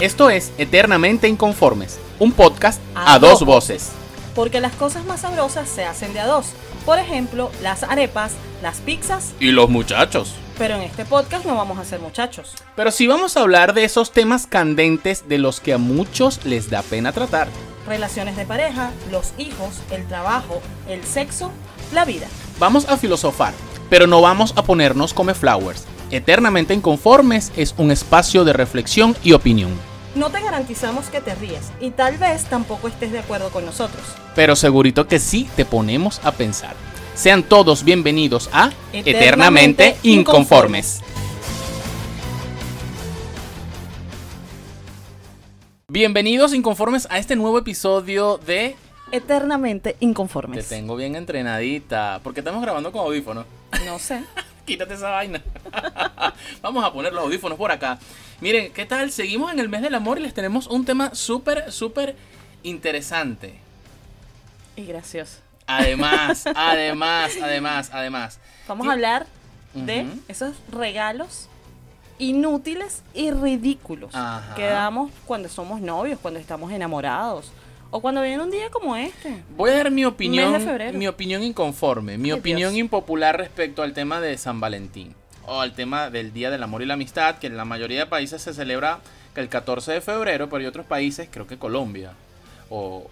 Esto es Eternamente Inconformes, un podcast a, a dos voces. Porque las cosas más sabrosas se hacen de a dos. Por ejemplo, las arepas, las pizzas y los muchachos. Pero en este podcast no vamos a ser muchachos. Pero sí vamos a hablar de esos temas candentes de los que a muchos les da pena tratar. Relaciones de pareja, los hijos, el trabajo, el sexo, la vida. Vamos a filosofar, pero no vamos a ponernos come flowers. Eternamente Inconformes es un espacio de reflexión y opinión. No te garantizamos que te ríes y tal vez tampoco estés de acuerdo con nosotros. Pero segurito que sí te ponemos a pensar. Sean todos bienvenidos a Eternamente, Eternamente Inconformes. Inconformes. Bienvenidos inconformes a este nuevo episodio de Eternamente Inconformes. Te tengo bien entrenadita. ¿Por qué estamos grabando con audífonos? No sé. quítate esa vaina. Vamos a poner los audífonos por acá. Miren, ¿qué tal? Seguimos en el mes del amor y les tenemos un tema súper, súper interesante. Y gracioso. Además, además, además, además. Vamos a hablar de uh -huh. esos regalos inútiles y ridículos Ajá. que damos cuando somos novios, cuando estamos enamorados. O cuando viene un día como este. Voy a dar mi opinión, mi opinión inconforme, mi Ay, opinión Dios. impopular respecto al tema de San Valentín o al tema del Día del Amor y la Amistad, que en la mayoría de países se celebra el 14 de febrero, pero hay otros países, creo que Colombia o,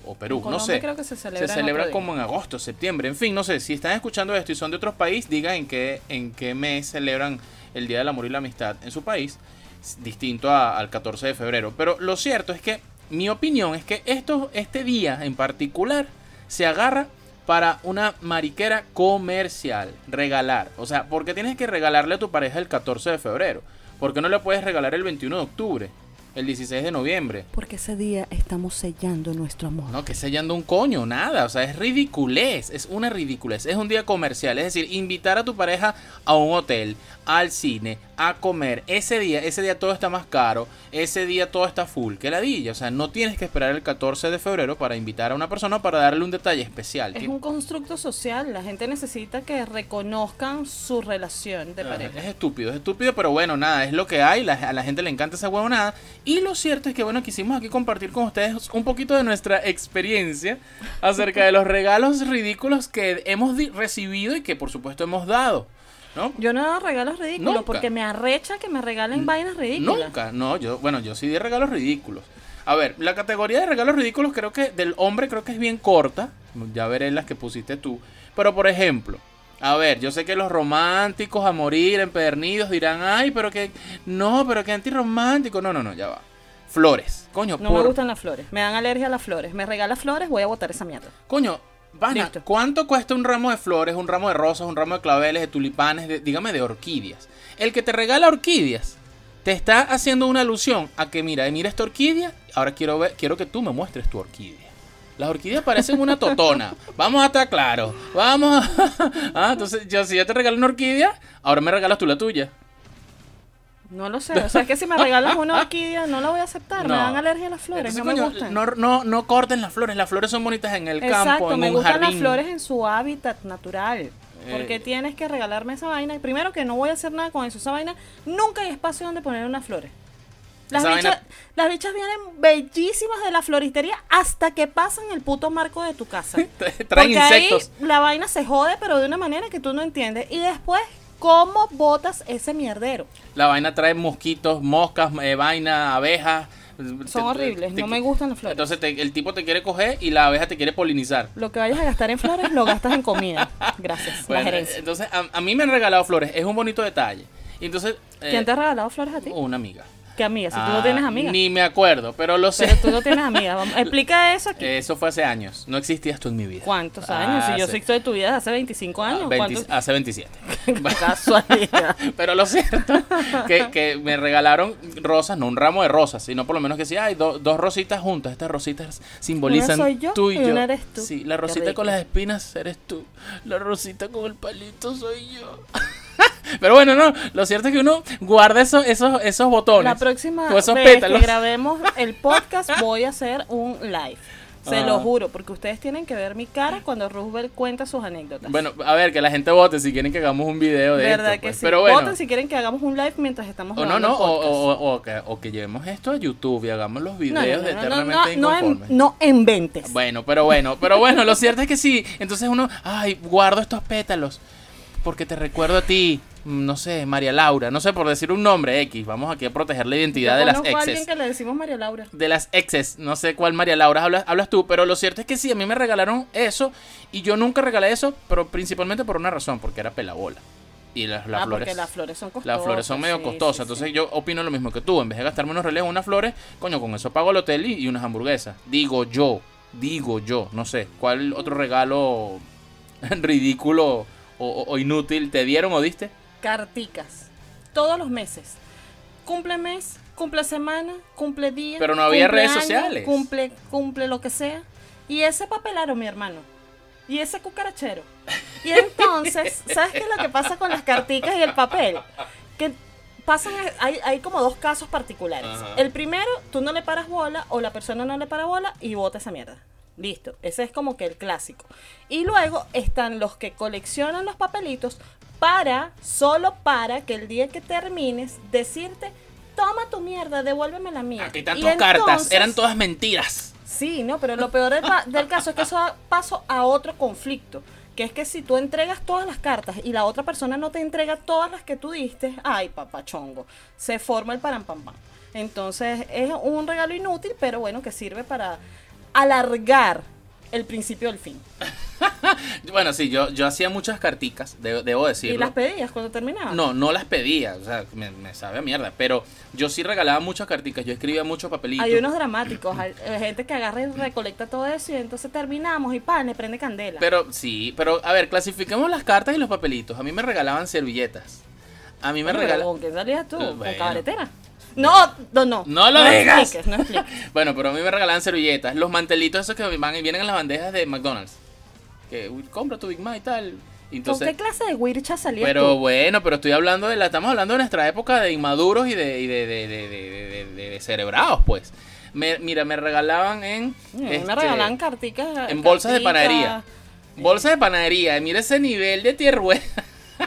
o, o Perú, Colombia no sé. Creo que se celebra, se celebra en como en agosto, septiembre, en fin, no sé. Si están escuchando esto y son de otros países, digan en qué, en qué mes celebran el Día del Amor y la Amistad en su país, distinto a, al 14 de febrero. Pero lo cierto es que mi opinión es que esto, este día en particular se agarra para una mariquera comercial, regalar. O sea, ¿por qué tienes que regalarle a tu pareja el 14 de febrero? ¿Por qué no le puedes regalar el 21 de octubre? El 16 de noviembre. Porque ese día estamos sellando nuestro amor. No, que sellando un coño, nada. O sea, es ridiculez. Es una ridiculez. Es un día comercial. Es decir, invitar a tu pareja a un hotel, al cine, a comer. Ese día, ese día todo está más caro. Ese día todo está full. Que ladilla. O sea, no tienes que esperar el 14 de febrero para invitar a una persona para darle un detalle especial. Es un constructo social. La gente necesita que reconozcan su relación de pareja. Es estúpido, es estúpido, pero bueno, nada. Es lo que hay. La, a la gente le encanta esa huevonada. Y lo cierto es que, bueno, quisimos aquí compartir con ustedes un poquito de nuestra experiencia acerca de los regalos ridículos que hemos recibido y que, por supuesto, hemos dado. ¿No? Yo no he dado regalos ridículos Nunca. porque me arrecha que me regalen vainas ridículas. Nunca, no, yo, bueno, yo sí di regalos ridículos. A ver, la categoría de regalos ridículos creo que del hombre creo que es bien corta. Ya veré las que pusiste tú. Pero por ejemplo, a ver, yo sé que los románticos a morir, empedernidos, dirán, ay, pero que. No, pero que antirromántico. No, no, no, ya va. Flores. Coño, No por... me gustan las flores. Me dan alergia a las flores. Me regala flores, voy a botar esa mierda. Coño, Vana, Listo. ¿cuánto cuesta un ramo de flores, un ramo de rosas, un ramo de claveles, de tulipanes, de, dígame de orquídeas? El que te regala orquídeas te está haciendo una alusión a que, mira, mira esta orquídea, ahora quiero, ver, quiero que tú me muestres tu orquídea. Las orquídeas parecen una totona. Vamos a estar claros. Vamos a... ah, entonces, yo, si yo te regalo una orquídea, ahora me regalas tú la tuya. No lo sé. O sea, es que si me regalas una orquídea, no la voy a aceptar. No. Me dan alergia a las flores. Entonces, no, me gustan. No, no, no, corten las flores. Las flores son bonitas en el Exacto, campo, en me un gustan jardín. las flores en su hábitat natural. Porque eh. tienes que regalarme esa vaina. Primero que no voy a hacer nada con eso. Esa vaina, nunca hay espacio donde poner unas flores. Las bichas, vaina... las bichas, vienen bellísimas de la floristería hasta que pasan el puto marco de tu casa. Traen Porque insectos. Ahí la vaina se jode, pero de una manera que tú no entiendes. Y después, ¿cómo botas ese mierdero? La vaina trae mosquitos, moscas, eh, vaina, abejas. Son horribles, no me gustan las flores. Entonces te, el tipo te quiere coger y la abeja te quiere polinizar. Lo que vayas a gastar en flores lo gastas en comida. Gracias. Bueno, la gerencia. Pues, eh, Entonces a, a, mí me han regalado flores, es un bonito detalle. Entonces, eh, ¿Quién te ha regalado flores a ti? Una amiga amiga? Si ah, tú no tienes amiga. Ni me acuerdo, pero lo sé. Pero tú no tienes amiga. Vamos, explica eso aquí. Eso fue hace años. No existías tú en mi vida. ¿Cuántos ah, años? Si yo soy de tu vida desde hace 25 Ah, años. 20, hace 27. Casualidad. pero lo cierto que, que me regalaron rosas, no un ramo de rosas, sino por lo menos que sí, hay do, dos rositas juntas. Estas rositas simbolizan soy yo, tú y, y yo. Eres tú. Sí, la rosita con las espinas eres tú. La rosita con el palito soy yo. Pero bueno, no, lo cierto es que uno guarda esos, esos, esos botones. Pues La próxima esos vez pétalos. que grabemos el podcast voy a hacer un live. Se Ah. lo juro, porque ustedes tienen que ver mi cara cuando Roosevelt cuenta sus anécdotas. Bueno, a ver, que la gente vote si quieren que hagamos un video de ¿Verdad esto. que pues. sí? Pero bueno. Voten si quieren que hagamos un live mientras estamos O no, grabando no, el o, podcast. o- o- o que, o que llevemos esto a YouTube y hagamos los No, no, videos no, de no, eternamente no, no, no, inconformes. en- no inventes. Bueno, pero bueno, pero bueno, lo cierto es que sí. Entonces uno, ay, guardo estos pétalos porque te recuerdo a ti, mm, no sé, María Laura, no sé, por decir un nombre X. Vamos aquí a proteger la identidad Yo de las conozco a alguien exes. que le decimos María Laura. De las exes, no sé cuál María Laura hablas, hablas tú, pero lo cierto es que sí, a mí me regalaron eso y yo nunca regalé eso, pero principalmente por una razón, porque era pelabola. Y las, las ah, flores. porque las flores son costosas. Las flores son medio sí, costosas, sí, entonces sí. yo opino lo mismo que tú. En vez de gastarme unos relés, unas flores, coño, con eso pago el hotel y, y unas hamburguesas. Digo yo, digo yo, no sé, ¿cuál otro regalo ridículo o, o- o inútil te dieron o diste? Carticas. Todos los meses. Cumple mes, cumple semana, cumple día. Pero no había cumple redes año, sociales. Cumple, cumple lo que sea. Y ese papelaro, mi hermano. Y ese cucarachero. Y entonces, ¿sabes qué es lo que pasa con las carticas y el papel? Que pasan, hay, hay como dos casos particulares. Ajá. El primero, tú no le paras bola o la persona no le para bola y bota esa mierda. Listo, ese es como que el clásico. Y luego están los que coleccionan los papelitos para, solo para que el día que termines, decirte, toma tu mierda, devuélveme la mía. Aquí están Y tus cartas, entonces- eran todas mentiras. Sí, no, pero lo peor del, pa- del caso es que eso da paso a otro conflicto, que es que si tú entregas todas las cartas y la otra persona no te entrega todas las que tú diste, ay, papachongo, se forma el parampampam. Entonces es un regalo inútil, pero bueno, que sirve para alargar el principio del fin. Bueno, sí, yo, yo hacía muchas carticas, de- debo decirlo. ¿Y las pedías cuando terminabas? No, no las pedía, o sea, me, me sabe a mierda, pero yo sí regalaba muchas carticas, yo escribía muchos papelitos. Hay unos dramáticos, hay hay gente que agarra y recolecta todo eso y entonces terminamos y pan, le prende candela. Pero sí, pero a ver, clasifiquemos las cartas y los papelitos. A mí me regalaban servilletas. A mí me Bueno, pero regalaban. ¿Con qué salías tú? Eh, ¿Con bueno. cabaretera? No, no, no. No lo digas. expliques, no expliques. Bueno, pero a mí me regalaban servilletas. Los mantelitos esos que van y vienen en las bandejas de McDonald's. Que uy, compra tu Big Mac y tal. Y ¿Con qué Entonces, clase de wircha salías pero tú? bueno, pero estoy hablando de la. Estamos hablando de nuestra época de inmaduros y de, y de, de, de, de- de- de- de- de cerebrados, pues. Me- mira, me regalaban en. Mm, este, me regalaban carticas. En bolsas de carticas. panadería. Bolsas de panadería. y Mira ese nivel de tierruela.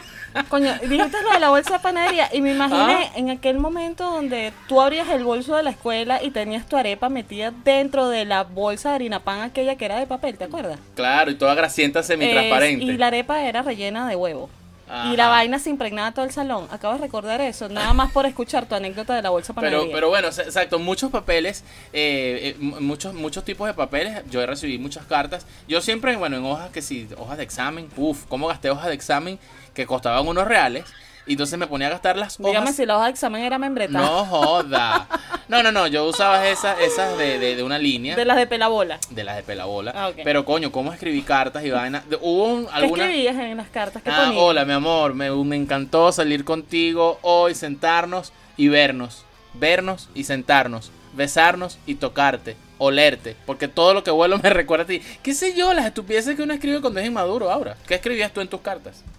Coño, dijiste lo de la bolsa de panadería y me imaginé Ah. en aquel momento donde tú abrías el bolso de la escuela y tenías tu arepa metida dentro de la bolsa de harina pan aquella que era de papel, ¿te acuerdas? Claro, y toda grasienta semitransparente. Es- y la arepa era rellena de huevo. Ajá. Y la vaina se impregnaba todo el salón. Acabo de recordar eso, nada más por escuchar tu anécdota de la bolsa de panadería. Pero, pero bueno, se- exacto, muchos papeles, eh, eh, mu- muchos, muchos tipos de papeles, yo recibí muchas cartas. Yo siempre, bueno, en hojas que sí, hojas de examen, uff, cómo gasté hojas de examen que costaban unos reales. Y entonces me ponía a gastar las hojas. Dígame si la hoja de examen era membretada. No joda. No, no, no, yo usaba esas, esas de, de- de una línea. De De, las de pelabola. las de pelabola. Ah, ok. Pero coño, ¿cómo escribí cartas y vaina? De- Hubo un- ¿Qué alguna. escribías en las cartas que Ah, ponías? hola, mi amor, me, me encantó salir contigo hoy, sentarnos y vernos, vernos y sentarnos, besarnos y tocarte, olerte, porque todo lo que vuelo me recuerda a ti. ¿Qué sé yo? Las estupideces que uno escribe cuando es inmaduro ahora. ¿Qué escribías tú en tus cartas?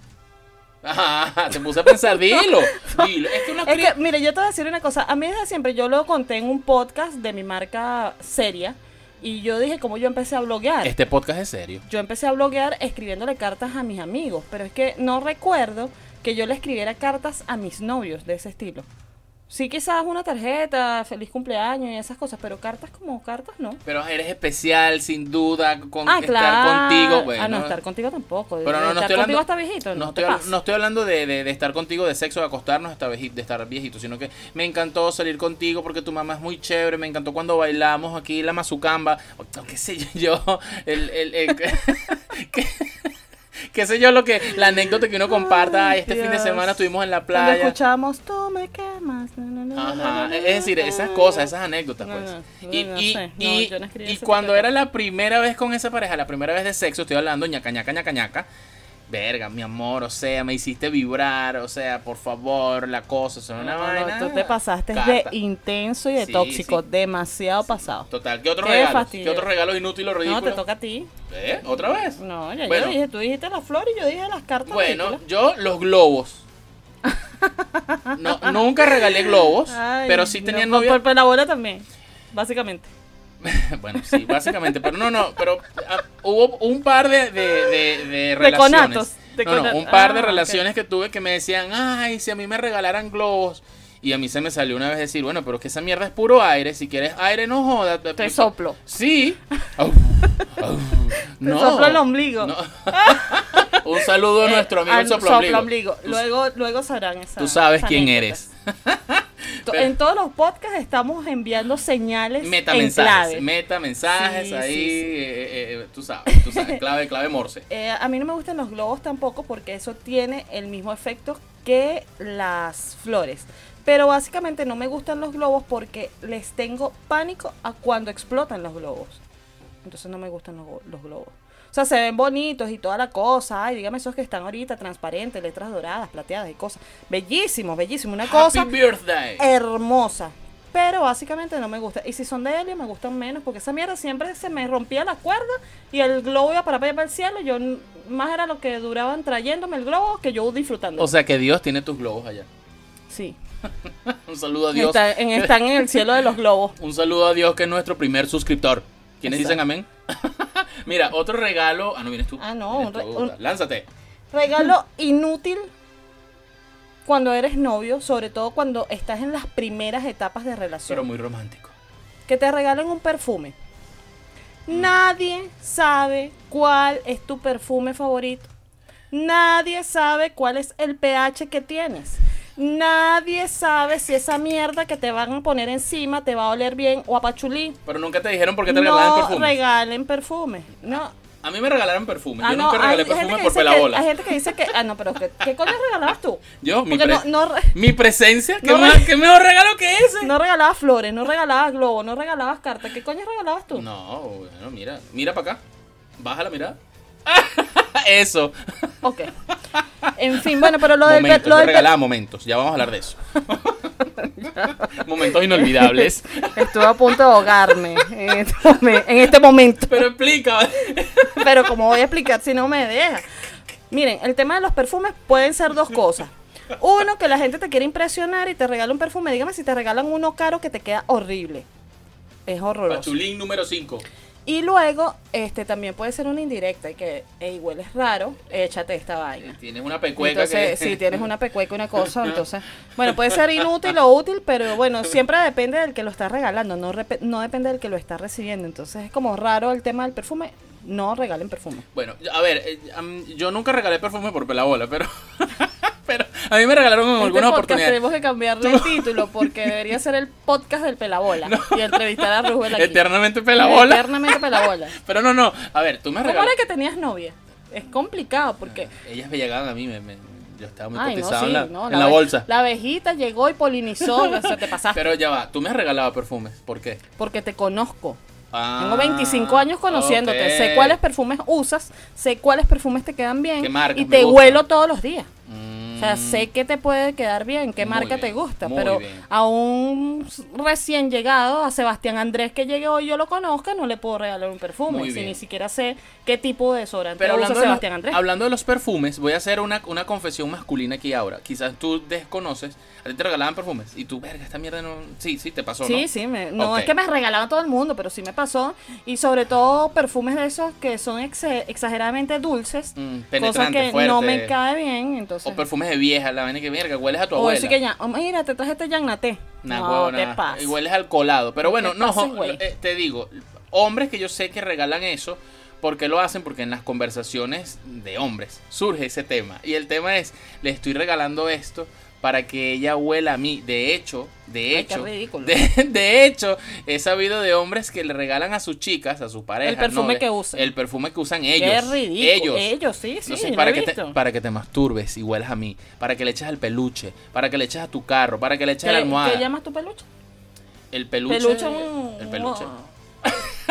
Ah, te puse a pensar, dilo, dilo. Es que uno Es escribe- que, mire, yo te voy a decir una cosa. A mí desde siempre, yo lo conté en un podcast de mi marca seria. Y yo dije, como yo empecé a bloguear. Este podcast es serio. Yo empecé a bloguear escribiéndole cartas a mis amigos. Pero es que no recuerdo que yo le escribiera cartas a mis novios de ese estilo. Sí, quizás una tarjeta, feliz cumpleaños y esas cosas. Pero cartas como cartas, no. Pero eres especial, sin duda, con ah, estar claro. contigo. Bueno, ah, no, estar contigo tampoco. Pero no, no estar estoy hablando. contigo hasta viejito. No, no te estoy, pases. no estoy hablando de, de- de estar contigo, de sexo, de acostarnos, hasta vieji- de estar viejito, sino que me encantó salir contigo porque tu mamá es muy chévere. Me encantó cuando bailamos aquí la mazucamba. O, o qué sé yo, yo, el. el- el- qué- qué sé yo lo que la anécdota que uno comparta Ay, este fin de Dios. semana estuvimos en la Cuando playa escuchamos, tú me quemas. na, na, na, na, na, Ajá, na, es decir, na". esas cosas, esas anécdotas, No, pues. no, y no y- sé, no, y- yo no escribí y ese tipo cuando de era la primera vez con esa pareja, la primera vez de sexo, estoy hablando ñaca, ñaca, ñaca, ñaca. Verga, mi amor, o sea, me hiciste vibrar, o sea, por favor, la cosa, son una No, no, vaina. tú te pasaste Carta. de intenso y de Sí, tóxico, sí. demasiado pasado. Total, ¿qué otro Qué regalo? fastidio. ¿Qué otro regalo inútil o ridículo? No, te toca a ti. ¿Eh? ¿Otra vez? No, ya Bueno. yo dije, tú dijiste la flor y yo dije las cartas. Bueno, ridículas. yo los globos. No, nunca regalé globos, Ay, pero sí tenía no, novia. Por, por la bola también, básicamente. bueno, sí, básicamente, pero no, no, pero ah, hubo un par de, de, de, de relaciones. conatos, de no, no, conatos. un par de Ah, ok. relaciones que tuve que me decían, ay, si a mí me regalaran globos. Y a mí se me salió una vez decir, bueno, pero es que esa mierda es puro aire, si quieres aire no jodas. Pues, Te soplo. Sí. Au, au, no. soplo el ombligo. Eh, No. un saludo a nuestro amigo el Al soplo soplo ombligo. ombligo. Luego, luego sabrán esa. Tú sabes esa quién anécdota. eres. To- En todos los podcasts estamos enviando señales en Metamensajes, clave. metamensajes Sí, ahí, sí, sí. eh, eh, tú sabes, tú sabes, clave, clave morse. Eh, a mí no me gustan los globos tampoco porque eso tiene el mismo efecto que las flores. Pero básicamente no me gustan los globos porque les tengo pánico a cuando explotan los globos. Entonces no me gustan los, go- los globos. O sea, se ven bonitos y toda la cosa. Ay, dígame esos que están ahorita transparentes, letras doradas, plateadas y cosas. Bellísimo, bellísimo. Una cosa Eh. Happy birthday. hermosa. Pero básicamente no me gusta. Y si son de helio, me gustan menos. Porque esa mierda siempre se me rompía la cuerda y el globo iba para allá y para el cielo. Yo n- más era lo que duraban trayéndome el globo que yo disfrutando. O sea que Dios tiene tus globos allá. sí. Un saludo a Dios. Está- en- están en el cielo de los globos. Un saludo a Dios que es nuestro primer suscriptor. ¿Quiénes Exacto. dicen amén? Mira, otro regalo. Ah, no, vienes tú. Ah, no, Vienes un re- tú, un- Lánzate. Regalo inútil cuando eres novio, sobre todo cuando estás en las primeras etapas de relación. Pero muy romántico. que te regalen un perfume. Nadie sabe cuál es tu perfume favorito. Nadie sabe cuál es el pH que tienes. Nadie sabe si esa mierda que te van a poner encima te va a oler bien o a pachulí. Pero nunca te dijeron por qué te regalaban No perfume. regalen perfume. No. a mí me regalaron perfume. Ah, Yo no, nunca regalé hay gente perfume que por dice que- pelabola. Hay gente que dice que. Ah, no, pero ¿qué, qué coño regalabas tú? Yo, mi, Porque no, pre- no, re- mi presencia. ¿Qué, No más- re- qué mejor regalo que ese? no regalabas flores, no regalabas globos, no regalabas cartas. ¿Qué coño regalabas tú? No, bueno, mira. Mira para acá. Baja la mirada. Eso. Ok. En fin, bueno, pero lo del, per- momentos. lo Yo del per- regalaba momentos. Ya vamos a hablar de eso. momentos inolvidables. Estuve a punto de ahogarme en este, momen- en este momento. Pero explica. Pero como voy a explicar si no me deja. Miren, el tema de los perfumes pueden ser dos cosas. Uno, que la gente te quiere impresionar y te regala un perfume. Dígame si te regalan uno caro que te queda horrible. Es horroroso. Pachulín número 5. Y luego, este también puede ser una indirecta y que, hey, hueles raro, échate esta vaina. Tienes Eh, una pecueca entonces, que... si tienes una pecueca, una cosa, entonces, bueno, puede ser inútil o útil, pero bueno, siempre depende del que lo está regalando, no, repe- no depende del que lo está recibiendo. Entonces, es como raro el tema del perfume, no regalen perfume. Bueno, a ver, eh, am- yo nunca regalé perfume por pelabola, pero... pero a mí me regalaron en alguna Este podcast oportunidad. tenemos que cambiarle el título porque debería ser el podcast del Pelabola y entrevistar a Rubén aquí. Eternamente pelabola. Eternamente Pelabola. Pero no, no. A ver, tú me ¿Cómo era regalaste... que tenías novia? Es complicado porque... Ellas me llegaban a mí, me, me- yo estaba muy Ay, no, cotizado sí, en, la, no, en la la abe- bolsa. La abejita llegó y polinizó, o sea, te pasaste. Pero ya va, tú me has regalado perfumes, ¿por qué? Porque te conozco. Ah, Tengo 25 años conociéndote, ok. sé cuáles perfumes usas, sé cuáles perfumes te quedan bien ¿Qué marcas y me te gustan? huelo todos los días. Mm, O sea, sé que te puede quedar bien, qué Muy marca te bien, gusta, muy pero bien. a un recién llegado, a Sebastián Andrés que llegue hoy yo lo conozca, no le puedo regalar un perfume, Muy si bien. ni siquiera sé qué tipo de desodorante Pero usa hablando de, los, Sebastián Andrés. hablando de los perfumes, voy a hacer una, una confesión masculina aquí ahora. Quizás tú desconoces, a ti te regalaban perfumes y tú, verga, esta mierda no... Sí, sí, te pasó, Sí, ¿no? sí, me- no Ok. es que me regalaban todo el mundo, pero sí me pasó. Y sobre todo perfumes de esos que son exe- exageradamente dulces, Mm, cosas penetrante, que no me fuerte. cae bien. Entonces, O perfumes de vieja, la vaina que verga, hueles a tu O abuela. decir que ya, oh, mira, te traje este Yagnaté. Nah, no, huevona, te pasa. y hueles al colado. Pero bueno, te no, pases, güey. eh, te digo, hombres que yo sé que regalan eso, ¿por qué lo hacen? Porque en las conversaciones de hombres surge ese tema. Y el tema es, le estoy regalando esto para que ella huela a mí. De hecho, de Ay, qué hecho, ridículo. de, de hecho, he sabido de hombres que le regalan a sus chicas, a sus parejas. perfume novias, que usan. El perfume que usan Qué ellos. ridículo. Ellos. sí, sí, No sé, lo para, he que te, visto. para que te masturbes y huelas a mí, para que le eches al peluche, para que le eches a tu carro, para que le eches ¿Qué, a la qué almohada. llamas tu peluche? El peluche. peluche un... El peluche.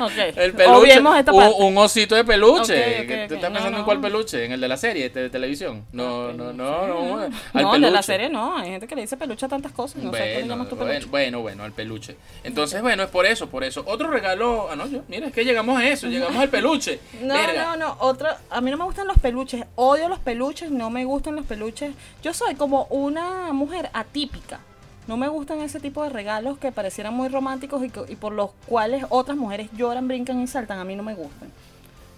ok. El peluche. Obviemos esta un, parte. un osito de peluche. Ok, ok, ¿Qué- ok. ¿Tú estás No, pensando en no. cuál peluche? ¿En el de la serie de, de televisión? No, Ok, no, sí. no, no. Al No, el peluche. de la serie no. Hay gente que le dice peluche a tantas cosas. No sé qué le Bueno, llamas tu bueno, peluche. bueno, bueno, al peluche. Entonces, bueno, es por eso, por eso. Otro regalo, ah, no, yo, mira, es que llegamos a eso, llegamos al peluche. No, Verga. no, no, otro, a mí no me gustan los peluches, odio los peluches, no me gustan los peluches. Yo soy como una mujer atípica. No me gustan ese tipo de regalos que parecieran muy románticos y, que- y por los cuales otras mujeres lloran, brincan y saltan. A mí no me gustan.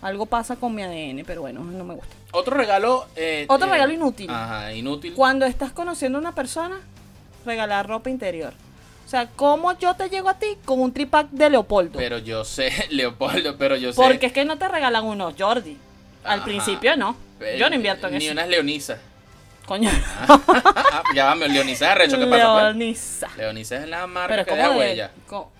Algo pasa con mi ADN, pero bueno, no me gusta. Otro regalo. eh, Otro eh, regalo inútil. Ajá, inútil. Cuando estás conociendo a una persona, regalar ropa interior. O sea, ¿cómo yo te llego a ti con un tripack de Leopoldo? Pero yo sé, Leopoldo, pero yo sé. Porque es que no te regalan unos Jordi. Al Ajá. principio no. Eh, Yo no invierto en Ni eso. unas leonisas. Coño. Ah, ya va, me- leonisa es recho, ¿qué pasa? pues? Leonisa. Leonisa es la Pero marca es de como de. abuela. co-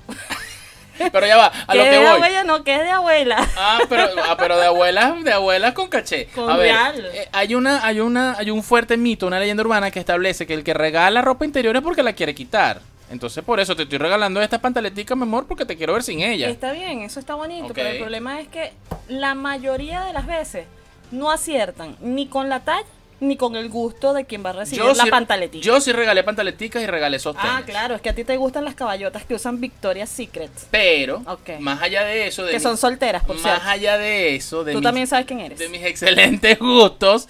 Pero ya va, a que lo de que voy. abuela no, que es de abuela. Ah, pero, ah, pero de abuelas, de abuelas con caché. Con a ver, real. eh, hay una, hay una, hay un fuerte mito, una leyenda urbana que establece que el que regala ropa interior es porque la quiere quitar. Entonces por eso te estoy regalando estas pantaleticas, mi amor, porque te quiero ver sin ella. Está bien, eso está bonito, Ok. pero el problema es que la mayoría de las veces no aciertan ni con la talla ni con el gusto de quien va a recibir la sí- pantaletita. Yo sí regalé pantaleticas y regalé sostenes. ah, claro, es que a ti te gustan las caballotas que usan Victoria's Secret, Pero Ok. más allá de eso, de que mi- son solteras, por más cierto. allá de eso, de Tú mis- también sabes quién eres. de mis excelentes gustos,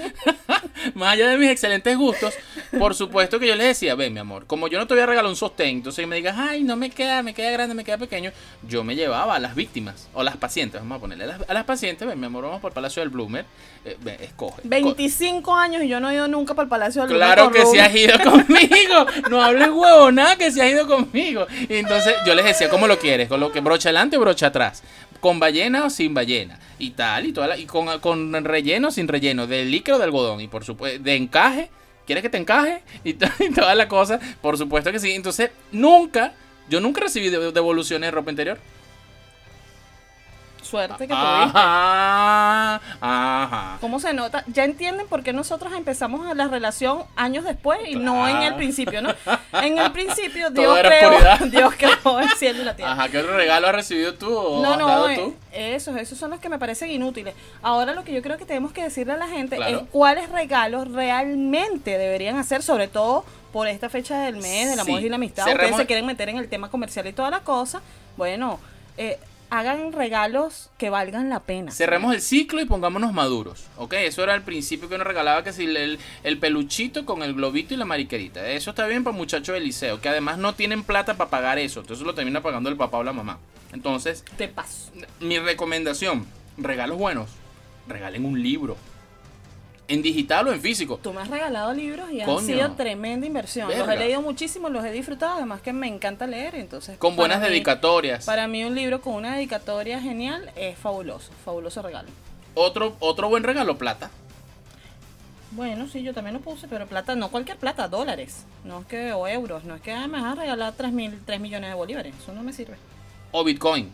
más allá de mis excelentes gustos, por supuesto que yo les decía, ven mi amor, como yo no te voy a regalar un sostén, entonces me digas, ay, no me queda, me queda grande, me queda pequeño, yo me llevaba a las víctimas, o las pacientes, vamos a ponerle, a las, a las pacientes, ven mi amor, vamos por el Palacio del Bloomer, eh, ven, escoge. 25 años y yo no he ido nunca para el Palacio del Claro Louvre que con si Rubén. has ido conmigo. No hables huevo, nada que si has ido conmigo. Y entonces yo les decía, ¿cómo lo quieres? ¿Con lo que brocha adelante o brocha atrás? ¿Con ballena o sin ballena? Y tal, y, toda la- y con, con relleno o sin relleno, de líquido o de algodón, y por supuesto, de encaje. ¿Quieres que te encaje? Y, to- y toda la cosa, por supuesto que sí. Entonces, nunca, yo nunca recibí de- devoluciones de ropa interior. Suerte que Ah. tuviste. Ajá, ajá. ¿Cómo se nota? Ya entienden por qué nosotros empezamos a la relación años después y no en el Claro. principio, ¿no? En el principio Dios Todo era creó, oscuridad. Dios creó el cielo y la tierra. Ajá, ¿qué otro regalo has recibido tú o No, has dado no, tú? eh, esos, esos son los que me parecen inútiles. Ahora lo que yo creo que tenemos que decirle a la gente Claro. es cuáles regalos realmente deberían hacer, sobre todo por esta fecha del mes, del amor Sí. y la amistad. Cerremos- Ustedes se quieren meter en el tema comercial y toda la cosa. Bueno, eh, hagan regalos que valgan la pena. Cerremos el ciclo y pongámonos maduros, ¿ok? Eso era el principio que nos regalaba que si el, el peluchito con el globito y la mariquerita. Eso está bien para muchachos del liceo, que además no tienen plata para pagar eso. Entonces lo termina pagando el papá o la mamá. Entonces, Te paso. mi recomendación, regalos buenos, regalen un libro. En digital o en físico. Tú me has regalado libros y Coño. han sido tremenda inversión. Los Verga. he leído muchísimo, los he disfrutado, además que me encanta leer, entonces. Con buenas para mí- dedicatorias. Para mí un libro con una dedicatoria genial es fabuloso, fabuloso regalo. Otro, otro buen regalo, plata. Bueno, sí, yo también lo puse, pero plata, no cualquier plata, dólares, no es que o euros, no es que ah, me vas a regalar 3, mil, 3 millones de bolívares, eso no me sirve. O Bitcoin.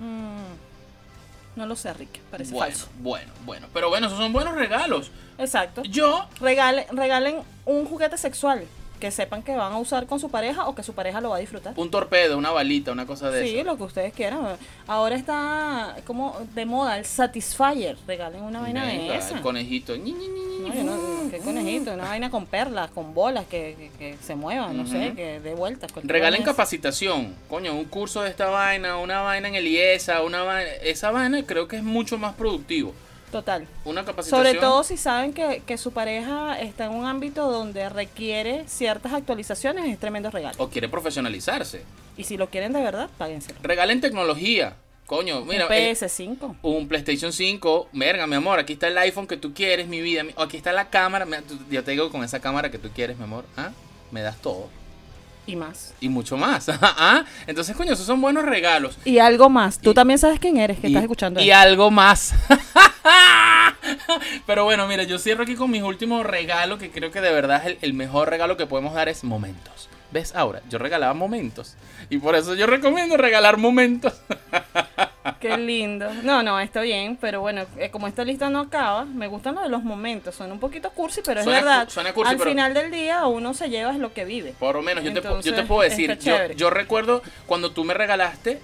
Mm, no lo sé, Rick, parece bueno, falso. bueno, bueno. Pero bueno, esos son buenos regalos. Exacto. Yo Regale- regalen un juguete sexual que sepan que van a usar con su pareja o que su pareja lo va a disfrutar. un torpedo, una balita, una cosa de Sí, eso. lo que ustedes quieran. Ahora está como de moda el Satisfyer. Regalen una vaina de Venga, esa. El conejito. Ñi, ñi, ñi, ñi, No, yo no- ¿Qué conejito? Una vaina con perlas, con bolas que, que- que se muevan, no sé, Ujú. que de vueltas. cualquier Regalen vaina de capacitación, coño, un curso de esta vaina, una vaina en el IESA, una vaina, esa vaina creo que es mucho más productivo. esa. Total. Una capacitación. Sobre todo si saben que, que su pareja está en un ámbito donde requiere ciertas actualizaciones, es tremendo regalo. o quiere profesionalizarse. Y si lo quieren de verdad, páguenselo. Regalen tecnología, coño, mira, Un eh, PS5. un PlayStation 5, verga, mi amor, aquí está el iPhone que tú quieres, mi vida, mi- aquí está la cámara, me- tú- yo te digo con esa cámara que tú quieres, mi amor, ¿ah? me das todo Y más. y mucho más. ¿ah? Entonces, coño, esos son buenos regalos. Y algo más. Tú Y- también sabes quién eres, que y, estás escuchando. y esto. algo más. Pero bueno, mira, yo cierro aquí con mis últimos regalos, que creo que de verdad es el, el mejor regalo que podemos dar es momentos. ¿Ves? Ahora, yo regalaba momentos. Y por eso yo recomiendo regalar momentos. Qué lindo. No, no, está bien, pero bueno, eh, como esta lista no acaba, me gustan lo de los momentos. Son un poquito cursi, pero Suena es verdad. cu- suena cursi, Al pero- final del día uno se lleva es lo que vive. Por lo menos, yo, te, Entonces, pu- yo te puedo decir, está yo, chévere. yo recuerdo cuando tú me regalaste,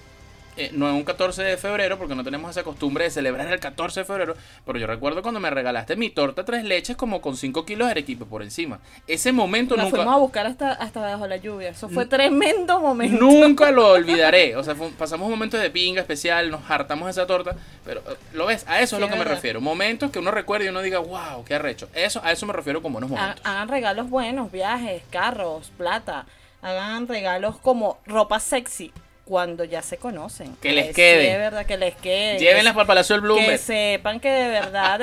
eh, no en un 14 de febrero, porque no tenemos esa costumbre de celebrar el 14 de febrero, pero yo recuerdo cuando me regalaste mi torta tres leches como con 5 kilos de arequipe por encima. Ese momento La nunca... fuimos a buscar hasta, hasta bajo la lluvia. Eso fue tremendo momento. Nunca lo olvidaré. O sea, fue un- pasamos un momento de pinga especial, nos hartamos de esa torta. Pero, eh, ¿lo ves? A eso Sí, es lo que es me verdad. refiero. Momentos que uno recuerde y uno diga, wow, Ah, qué arrecho. Eso, a eso me refiero con buenos Ha- momentos. Hagan regalos buenos, viajes, carros, plata. hagan regalos como ropa sexy cuando ya se conocen. Que les quede. De verdad, que les quede. Llévenlas para el Palacio del Bloomer. Que sepan que de verdad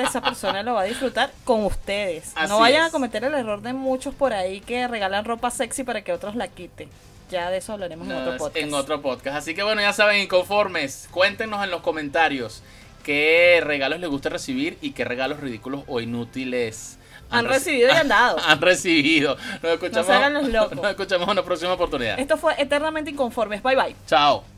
esa persona lo va a disfrutar con ustedes. Así no vayan es. a cometer el error de muchos por ahí que regalan ropa sexy para que otros la quiten. Ya de eso hablaremos en otro Nos- podcast. En otro podcast. Así que bueno, ya saben, inconformes, cuéntenos en los comentarios qué regalos les gusta recibir y qué regalos ridículos o inútiles Han reci- recibido y han dado. Han recibido. Nos escuchamos, hagan los locos. nos escuchamos en una próxima oportunidad. Esto fue Eternamente Inconformes. Bye bye. Chao.